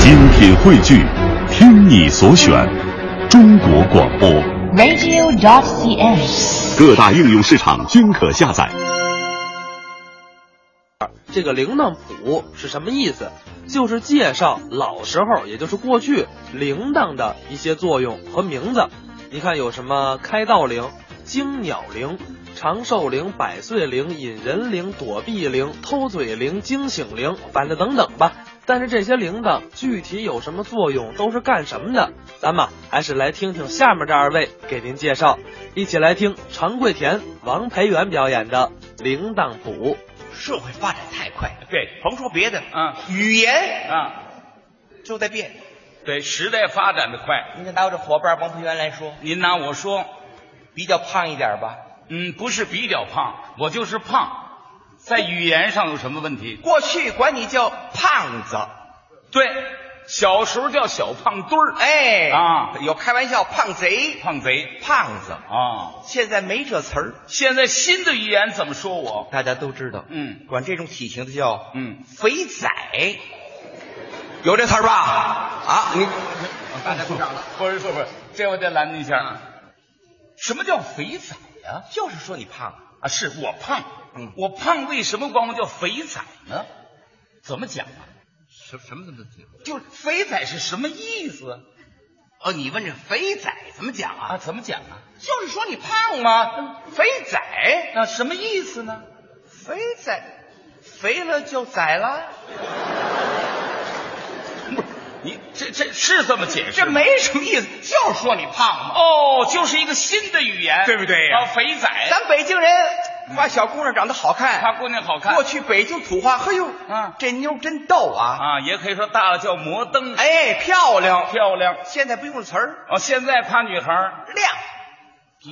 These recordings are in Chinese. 精品汇聚，听你所选，中国广播。 radio.cn。各大应用市场均可下载。这个铃铛谱是什么意思？就是介绍老时候，也就是过去铃铛的一些作用和名字。你看有什么开道铃、惊鸟铃、长寿铃、百岁铃、引人铃、躲避铃、偷嘴铃、惊醒铃，反正等等吧。但是这些铃铛具体有什么作用，都是干什么的？咱们啊还是来听听下面这二位给您介绍，一起来听常贵田、王培元表演的《铃铛谱》。社会发展太快，对甭说别的，啊语言啊，就在变。对，时代发展的快。你看，拿我这伙伴王培元来说，您拿我说，比较胖一点吧。嗯，不是比较胖，我就是胖，在语言上有什么问题？过去管你叫胖子，对，小时候叫小胖墩儿，哎啊有开玩笑胖贼、胖贼胖子，啊。现在没这词儿，现在新的语言怎么说我？大家都知道。嗯管这种体型的叫嗯肥仔，有这词儿吧？啊，你大家鼓掌了。 啊不是不是不是，这我得拦您一下。什么叫肥仔呀、就是说你胖，啊？是我胖，嗯我胖为什么管我叫肥仔呢？怎么讲啊？什什么怎么就是肥仔是什么意思哦，你问这肥仔怎么讲啊？啊？怎么讲啊？就是说你胖嘛，肥仔，那什么意思呢？肥仔，肥了就宰了，你这这是这么解释？这没什么意思，就是说你胖嘛。哦，就是一个新的语言，对不对呀啊，肥仔，咱北京人夸小姑娘长得嗯好夸看，姑娘好看，过去北京土话，嘿呦，啊这妞真逗啊，啊，也可以说大了叫摩登，，哎，漂亮。漂亮。现在不用词儿，哦，现在夸女孩儿亮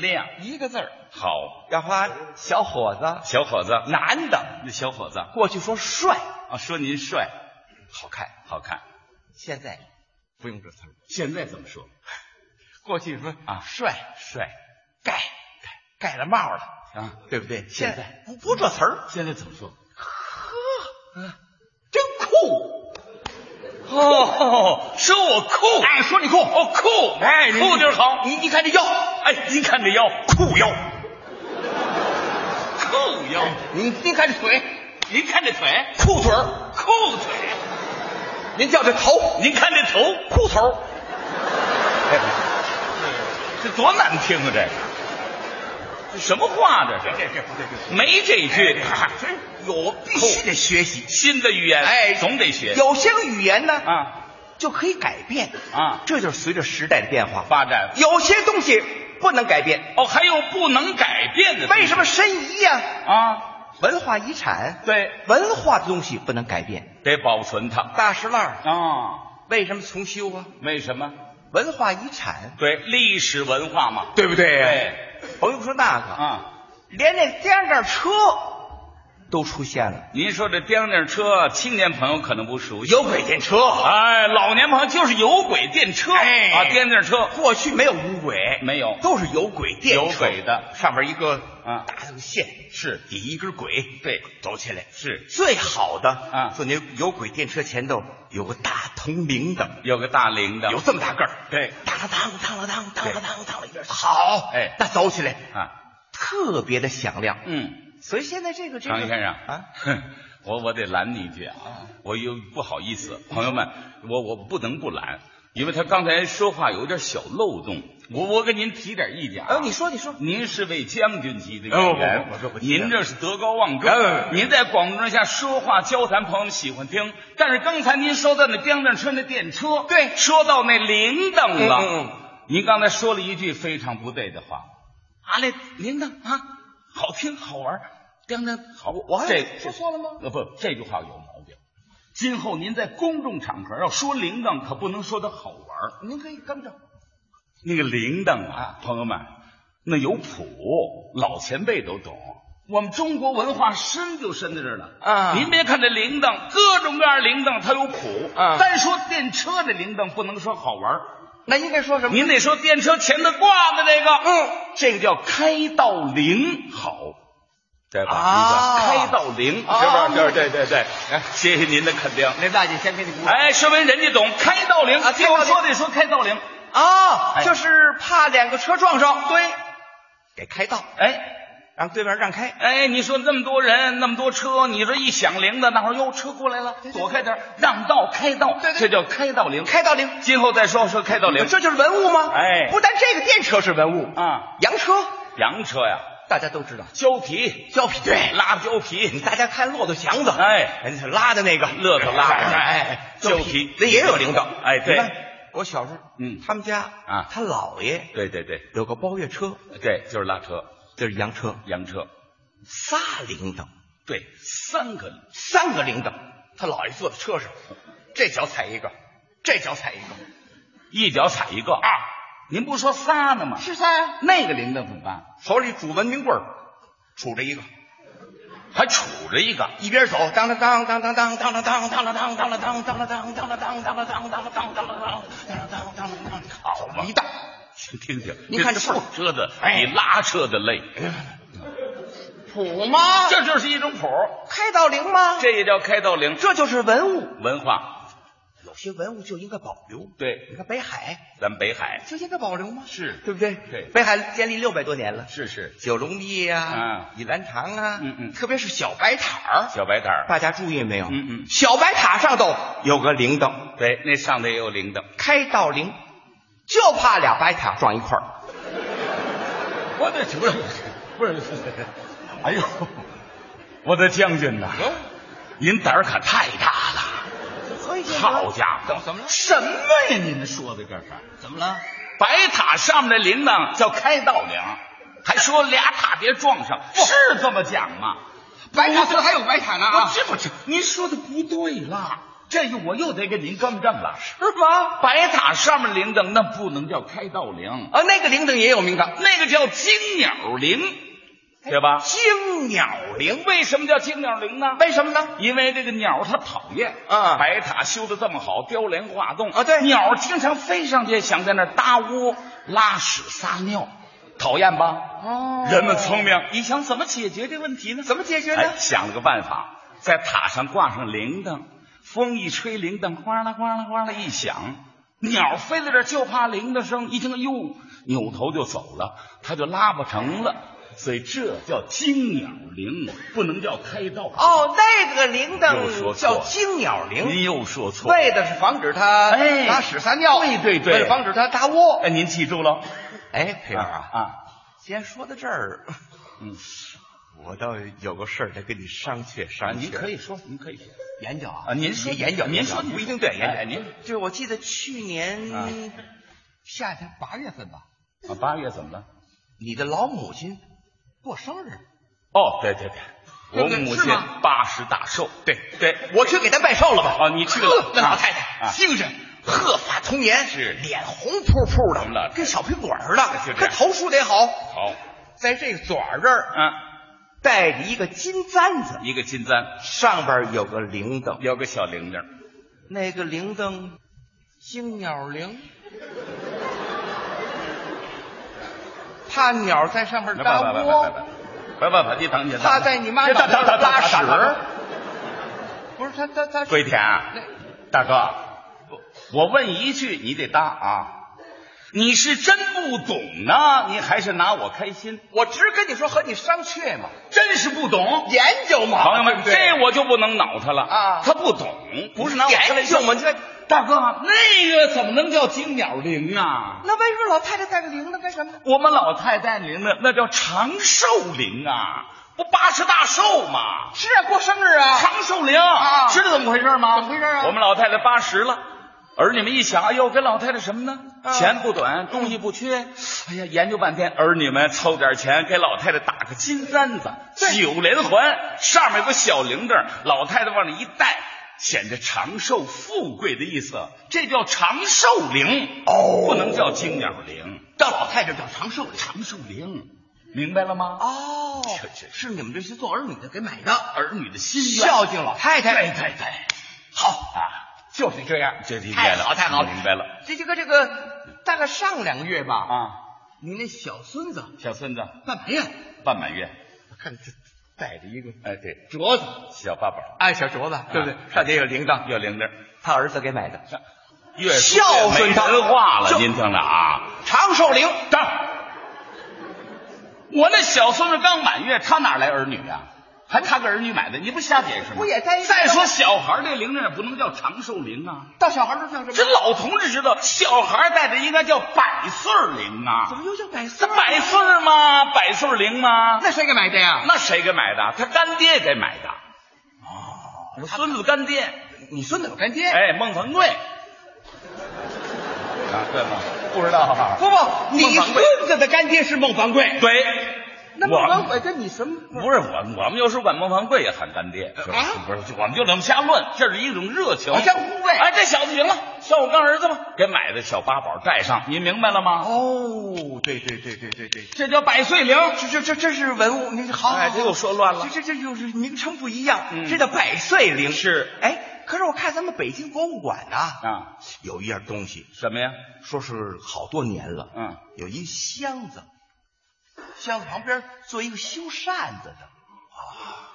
亮，一个字儿。好，要夸小伙子，小伙子，男的，那小伙子啊，过去说帅，说您帅，好看。好看。现在不用这词儿，现在怎么说？过去说啊帅，帅盖盖盖了帽了，啊？对不对？现在不不这词儿，现在怎么说？真酷。哦，说我酷，哎，说你酷，哦，酷，哎，酷就是好。你你看这腰，哎，您看这腰，裤腰，裤腰。你你看这腿，您看这腿，裤腿儿，裤腿。您叫这头，您看这头，裤头儿，哎这多难听啊！这个，这什么话这是？这不对，这没这句，有必须得学习。新的语言，哎总得学有些个语言呢，啊就可以改变啊这就是随着时代的变化。发展。有些东西不能改变，哦，还有不能改变的东西，为什么申遗呀？啊？文化遗产，对，文化的东西不能改变。得保存它大石烂啊？为什么重修啊？为什么？文化遗产，对，历史文化嘛。对不对对甭说那个，啊，连那电动车都出现了，您说这电动车，青年朋友可能不熟悉。有轨电车。啊哎，老年朋友就是有轨电车哎啊，电动车过去没有无轨，没有都是有轨电车有轨的上面一个啊大的线是底一根轨，对走起来。是最好的啊说您有轨电车前头有个大铜铃铛，有个大铃铛，有这么大个儿，对当了当了当了当了当了当了当了一边，好，哎那走起来啊，特别的响亮。嗯。所以现在这个这个常先生啊，哼我我得拦你一句啊，我又不好意思，嗯朋友们，我我不能不拦，因为他刚才说话有点小漏洞，我我给您提点意见哎，啊。你说你说，您是位将军级的哎演不员不不不不，您这是德高望重哎不不。不您在广众下说话交谈，朋友们喜欢听。但是刚才您说到那电动车那电车，对说到那铃铛了。嗯嗯嗯您刚才说了一句非常不对的话，啊，那铃铛啊，好听好玩，叮当好。我还这说错了吗？呃，不，这句话有毛病。今后您在公众场合要说铃铛，可不能说它好玩儿。您可以跟着，那个铃铛啊，朋友们，那有谱，老前辈都懂。我们中国文化深就深在这儿了啊您别看这铃铛，各种各样的铃铛它有谱啊单说电车这铃铛不能说好玩儿那应该说什么？您得说电车前头挂的那个，嗯，这个叫开道铃，好。再把啊鼻子开到零，是不啊是？对对对对，哎，谢谢您的肯定。那大姐先给你鼓掌。哎，说明人家懂开到零啊听我说得说开到零，啊，哎就是怕两个车撞上，对，给开道，哎。让对面让开。哎，你说那么多人，那么多车，你这一响铃子，那会儿哟，车过来了，躲开点儿，让道开道，对对这叫开道铃。开道零，今后再说说开道铃。这就是文物吗？哎不但这个电车是文物，啊，洋车洋车呀，大家都知道，胶皮，胶皮对拉胶皮，大家看骆驼祥子，哎人家拉的那个，乐可拉的哎，胶皮那也有铃铛，哎对你看。我小时候，嗯他们家啊他姥爷对对对有个包月车，对，就是拉车，这是洋车，洋车，仨铃铛，对，三个三个铃铛，他姥爷坐在车上，这脚踩一个，这脚踩一个，一脚踩一个啊！您不说仨呢吗？是仨呀，那个铃铛怎么办？手里拄文明棍儿，杵着一个，还杵着一个， 一边走，当当当当当当当当当当当当当当当当当当当当当当当当当当当当当当当当好嘛，一荡，听听听，您看这坐缝车的哎比拉车的累，谱吗这这就是一种谱，开到零吗？ 这也叫开道铃这就是文物，文化。有些文物就应该保留。你对，看北海咱北海就应该保留吗？是对不对？对北海建立六百多年了，是是九龙壁呀啊，倚兰堂啊，嗯嗯特别是小白塔儿，小白塔儿，大家注意没有？嗯嗯小白塔上头有个铃铛。对，那上头也有铃铛。开到零，就怕俩白塔撞一块儿。我的主任，不是，哎呦，我的将军呐，您胆儿可太大了，所以好家伙，怎么了什么呀？您说的这是？怎么了？白塔上面的铃铛叫开道铃，还说俩塔别撞上，是这么讲吗？哦白塔寺还有白塔呢我啊？知不知？您说的不对啦，这个我又得给您更正了。是吗？白塔上面铃铛那不能叫开道铃，啊，那个铃铛也有名堂，那个叫金鸟铃，对吧？金鸟铃。为什么叫金鸟铃呢？为什么呢？因为这个鸟它讨厌啊白塔修的这么好，雕梁画栋啊对鸟经常飞上去，想在那儿搭窝、拉屎、撒尿，讨厌吧？哦人们聪明，你想怎么解决这问题呢？怎么解决呢哎，想了个办法，在塔上挂上铃铛，风一吹，铃铛哗啦哗啦哗啦一响，鸟飞在这儿就怕铃铛声，一听哎呦，扭头就走了，它就拉不成了。所以这叫金鸟铃，不能叫开道。哦，那个铃又铛说错叫了金鸟您铃，又说错了。为的是防止它哎拉屎撒尿，对对对为了防止它搭窝。哎，您记住了哎，佩儿啊，啊，既然说到这儿，嗯，我倒有个事儿得跟你商榷啊，商榷。您可以说，您可以说研究啊啊，您说研究，您说研究不一定对，研究哎您就是我记得去年、啊夏天八月份吧，啊。八月怎么了？你的老母亲过生日，哦，对对对，我对对母是亲吗八十大寿，对对，我去给她拜寿了吧？哦你去了呵那老太啊太啊精神，鹤发童颜，是脸红扑扑怎么了的，跟小苹果似的就，这可样头梳得好，好，在这个嘴儿这儿啊，戴着一个金簪子，一个金簪，上边有个铃铛，有个小铃铛，那个铃铛，惊鸟铃，怕鸟在上面别别搭别别窝，别别别，你等你，怕在你妈别脑等袋等等上拉等等屎等等。不是他他他跪舔啊那，大哥，我问一句，你得答啊。你是真不懂呢，你还是拿我开心？我直跟你说和你商榷嘛，真是不懂，研究嘛，朋友对不们，对这我就不能恼他了啊他不懂，不是拿我开玩研笑究。嘛，这大哥，那个怎么能叫金鸟铃啊？那为什么老太太带个铃铛干什么？我们老太太铃呢，那叫长寿铃啊，不八十大寿吗？是啊，过生日啊，长寿铃，啊知道怎么回事吗？怎么回事啊我们老太太八十了，儿女们一想，哎呦，给老太太什么呢？啊钱不短，东西不缺。哎呀，研究半天，儿女们凑点钱给老太太打个金簪子，对九连环，上面有个小铃铛，老太太往里一戴，显得长寿富贵的意思，这叫长寿铃哦不能叫金鸟铃。到老太太叫长寿铃长寿铃，明白了吗？哦这这是你们这些做儿女的给买的，儿女的心愿，孝敬老太太，对对对，好啊，哎就是这样，这明白了太好太好明白了。这这个这个，大概上两个月吧，啊，你那小孙子啊小孙子干嘛呀？半满月，我看这带着一个哎，对，折子，小八宝，哎，小折子，对不对？上街有铃铛，月铃铛，他儿子给买的，越孝说越顺没他文化了，就您听着啊，长寿铃。当我那小孙子刚满月，他哪来儿女啊？还他给儿女买的，你不瞎解释吗？不也该再说小孩儿这铃铛也不能叫长寿铃啊，到小孩儿都叫什么？这老同志知道，小孩儿戴的应该叫百岁儿铃怎啊，么又叫百这三？百岁儿吗？百岁儿铃吗？那谁给买的呀？那谁给买的？他干爹给买的。哦，我孙子干爹，你孙子有干爹？哎，孟凡贵。啊，对吗？不知道、不啊不，你凡贵孙子的干爹是孟凡贵。对，那我孟凡贵跟你什么？不是我，我们有时候管孟凡贵也喊干爹，是吧啊哦不是，就我们就这么瞎论，这是一种热情。好像误会哎，这小子行了，算我干儿子吧，给买的小八宝带上，您明白了吗？哦，对对对对对对，这叫百岁铃。这这这这是文物，你好，好哎，这又说乱了这。这这就是名称不一样，嗯这叫百岁铃。是哎，可是我看咱们北京博物馆啊，啊，有一样东西，什么呀？说是好多年了，嗯，有一箱子，箱子旁边做一个修扇子的。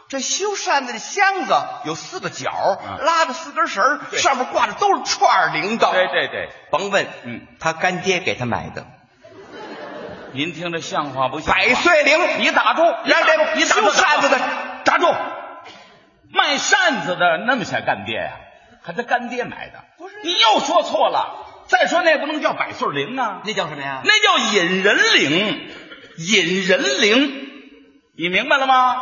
这修扇子的箱子有四个角，嗯拉着四根绳儿，对上面挂着都是串儿铃铛。对对对，甭问，嗯，他干爹给他买的您听着像话不像话？百岁铃，你打住！让这个你打住修扇子的打住！卖扇子的那么像干爹呀、还他干爹买的？不是你又说错了。再说那不能叫百岁铃啊，那叫什么呀？那叫引人铃，引人铃，你明白了吗？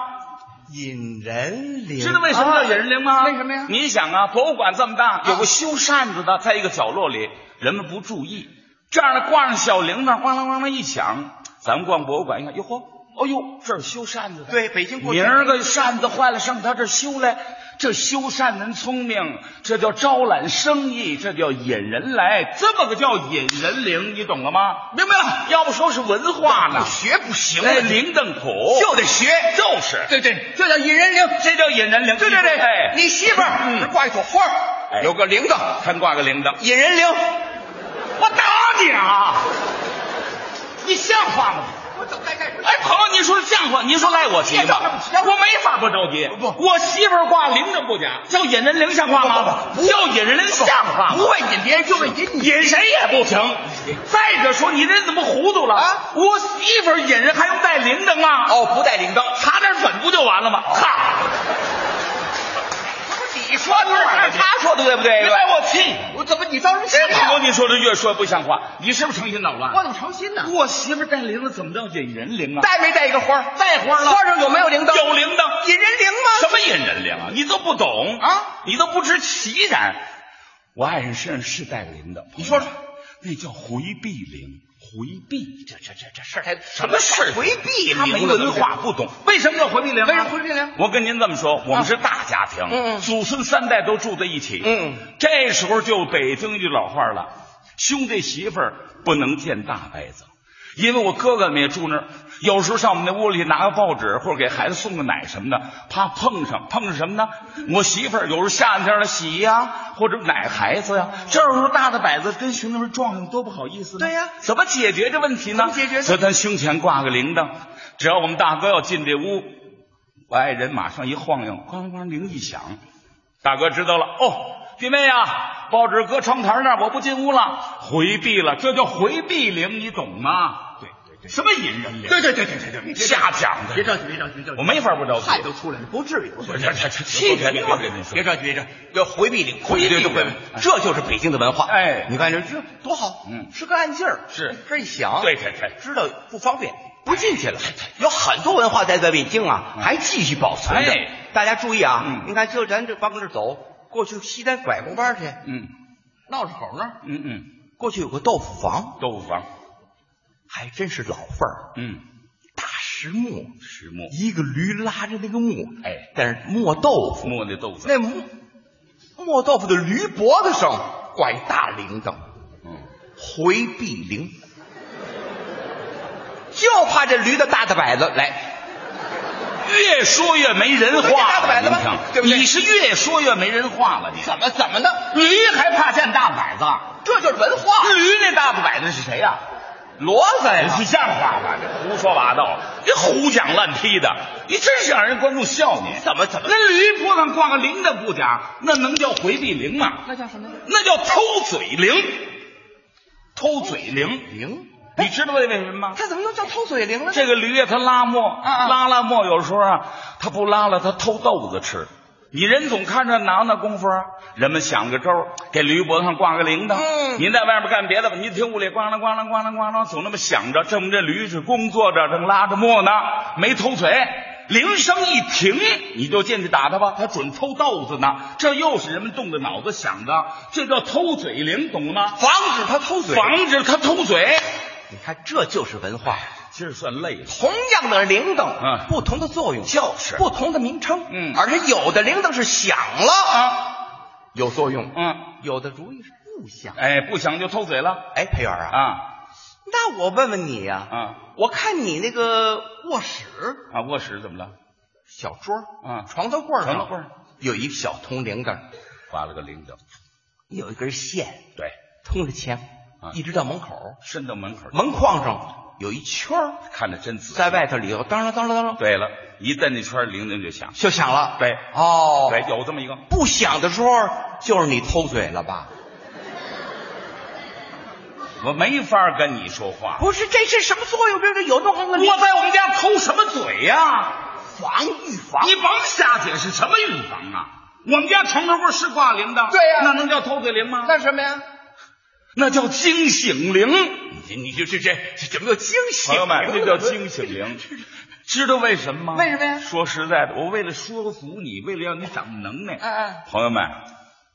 引人铃，知道为什么叫引人铃吗？啊为什么呀你想啊，博物馆这么大，有个修扇子的，在一个角落里，人们不注意，这样的挂上小铃铛，哗啦哗啦一响，咱们逛博物馆一看，哟呵，哦呦，这是修扇子的。对，北京过去明儿个扇子坏了，上他这儿修来。这修扇人聪明，这叫招揽生意，这叫引人来，这么个叫引人铃，你懂了吗？明白了，要不说是文化呢不，学不行了哎，铃铛谱就得学，就是，对对，这叫引人铃。这叫引人铃。对对对，哎，你媳妇嗯儿这挂一朵花儿，哎有个铃铛，还挂个铃铛，引人铃。我打你啊！你像话吗？我怎么在干什哎，朋友，你说像话？你说赖我急你也照这吗么？瞧我没法不着急。不我媳妇儿挂铃铛不假，叫引人铃像话吗？不不不叫引人铃像话吗不？会引别人，就会引你。引谁也不行。再者说，你这人怎么糊涂了？啊我媳妇儿引人还用带铃铛吗？，哦，不带铃铛，擦点粉不就完了吗？哈，你说的还是他说的对不对别来我气！我怎么你招 人气朋友，了？你说这越说不像话，你是不是成心捣我乱？怎么成心呢？我媳妇儿带铃铛怎么叫引人铃啊？带没带一个花儿？带花了花上有没有铃铛？有铃铛。引人铃吗？什么引人铃啊？你都不懂啊你都不知其然。我爱人身上是带个铃铛，你说说，那叫回避铃，回避这这这这事儿还什么事儿？回避他没铃铛文化，不懂，为什么叫回避铃啊？为什么回避铃我跟您这么说，我们是大家庭，嗯嗯祖孙三代都住在一起，嗯，这时候就北京一句老话了，兄弟媳妇儿不能见大辈子。因为我哥哥们也住那儿，有时候上我们那屋里拿个报纸，或者给孩子送个奶什么的，怕碰上碰上什么呢？我媳妇儿有时候夏天了洗呀、或者奶孩子呀、这时候大的摆子跟寻常人撞上，多不好意思呢。对呀怎么解决这问题呢？怎么解决呢所以咱胸前挂个铃铛，只要我们大哥要进这屋，我爱人马上一晃悠，咣咣铃一响，大哥知道了。哦，弟妹呀，报纸搁窗台那儿，我不进屋了，回避了，这叫回避铃，你懂吗？对对对，什么隐人铃？对对对对对对，瞎讲的。别着急，别着急，别着急我。没法不着急。汗都出来了，不至于。不不至是于这这这气人别了！别别别着急，别着急，要回避领，回避对领对对，这就是北京的文化。哎你看这这多好，嗯是个暗劲儿，是这一响，对对对知道不方便，不进去了。有很多文化在在北京啊，还继续保存着嗯哎。大家注意啊嗯，你看，就咱这往这儿走，过去西单拐过弯去，嗯闹市口那儿，嗯嗯，过去有个豆腐房，豆腐房，还真是老范儿，嗯，大石磨，石磨一个驴拉着那个磨，哎但是磨豆腐。磨的豆腐，那磨磨豆腐的驴脖子上挂一大铃铛，嗯，回避铃，就怕这驴的大的摆子来。越说越没人不是话大了，摆子吗您瞧对不对你是越说越没人话了，你怎么怎么呢？驴还怕见大摆子？这就是文化。驴那大摆子是谁呀、骡子你呀是，像话吗？这胡说八道，这胡讲乱批的，你真想让人观众笑你？怎么怎么那驴坡上挂个铃铛不讲，那能叫回避铃吗？那叫什么？那叫偷嘴铃，偷嘴铃。灵？你知道为为什么吗？它怎么能叫偷嘴灵呢？这个驴啊，它拉磨，啊啊拉拉磨，有时候啊，它不拉了，它偷豆子吃。你人总看着挠挠功夫啊，人们想个招儿给驴脖子上挂个铃铛。嗯您在外边干别的吧，您听屋里咣啷咣啷咣啷咣啷，总那么响着，证明这驴是工作着，正拉着磨呢，没偷嘴。铃声一停，你就进去打他吧，他准偷豆子呢。这又是人们动的脑子想的，这叫偷嘴铃，懂了吗？防止它偷嘴。防止他偷嘴。你看，这就是文化。今儿算累哎了。同样的铃铛，嗯不同的作用，就是不同的名称，嗯而且有的铃铛是响了啊，有作用，嗯。有的主意是不响。哎，不想就偷嘴了哎，裴元啊，嗯啊那我问问你呀、啊我看你那个卧室啊！卧室怎么了？小桌，嗯床头柜儿上床头柜儿有一小铜铃铛，挂了个铃铛，有一根线对，通着前，啊一直到门口，伸到门口，门框上有一圈儿，看着真仔细。在外头里头当啷当啷当啷对了，一蹬那圈儿铃铛就响。就响了。对哦，对，有这么一个。不响的时候，就是你偷嘴了吧？我没法跟你说话。不是，这是什么作用？这是有动静了。我在我们家偷什么嘴呀、防预防你甭瞎解释，什么预防啊？我们家床头柜是挂铃铛，对呀那能叫偷嘴铃吗？什么呀？那叫惊醒铃。你你就这这这怎么有惊喜？朋友们，这叫惊醒 铃。知道为什么吗？为什么呀说实在的，我为了说服你，为了让你长能耐，哎哎，朋友们，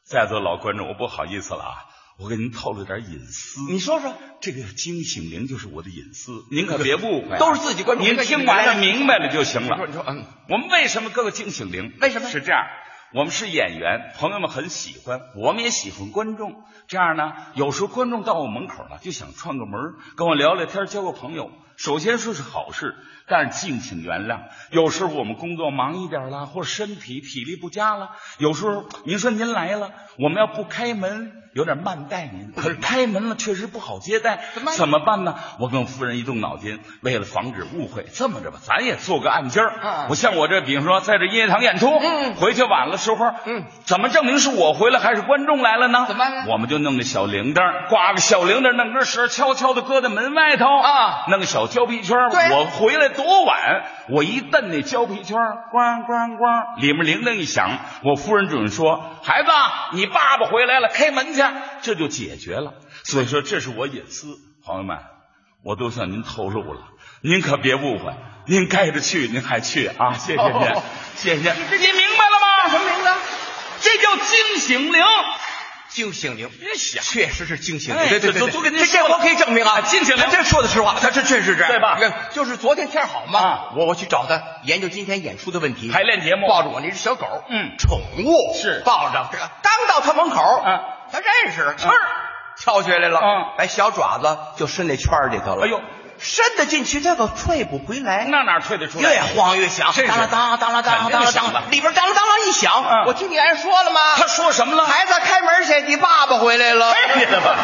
在座老观众，我不好意思了啊，我给您透露点隐私。你说说，这个惊醒铃就是我的隐 私，您可别误会啊、都是自己观众您听完了明白了就行你说你了。说，嗯，我们为什么搁个惊醒铃？为什么是这样？我们是演员，朋友们很喜欢，我们也喜欢观众。这样呢，有时候观众到我门口了，就想串个门儿，跟我聊聊天儿，交个朋友。首先说是好事，但是敬请原谅，有时候我们工作忙一点了，或者身体体力不佳了，有时候您说您来了，我们要不开门，有点慢待您。可是开门了，确实不好接待，怎么办怎么办呢？我跟夫人一动脑筋，为了防止误会，这么着吧，咱也做个按揭儿。嗯我像我这，比如说在这音乐堂演出，嗯回去晚了时候，嗯，怎么证明是我回来还是观众来了呢？怎么办呢我们就弄那小铃铛，挂个小铃铛，弄根绳，悄悄的搁在门外头啊弄个小胶皮圈儿。对我回来多晚，我一蹬那胶皮圈儿，咣咣咣，里面铃铛一响，我夫人准说：“孩子，你爸爸回来了，开门去。”这就解决了。所以说，这是我隐私，朋友们，我都向您透露了，您可别误会，您该着去您还去啊，谢谢您，哦谢谢，您明白了吗？什么铃铛？这叫惊醒铃。惊醒铃，别想，确实是惊醒铃。哎对对这对，都都跟您这这说了我可以证明啊，惊醒铃他真说的实话，他这确实是对吧？就是昨天天好啊嘛，我我去找他研究今天演出的问题，排练节目抱着我那只小狗，嗯宠物是抱着，刚到他门口，嗯，他认识，呲儿跳下来了，嗯，把小爪子就伸那圈儿里头了，哎呦，伸得进去，这个退不回来，那哪退得出来？越晃越响，这是当啷当啷当啷当啷当啷肯定当响了啷，里边当啷当啷一响，嗯我听你还说了吗？他说什么了？孩子开门去，你爸爸回来了。哎你的吧！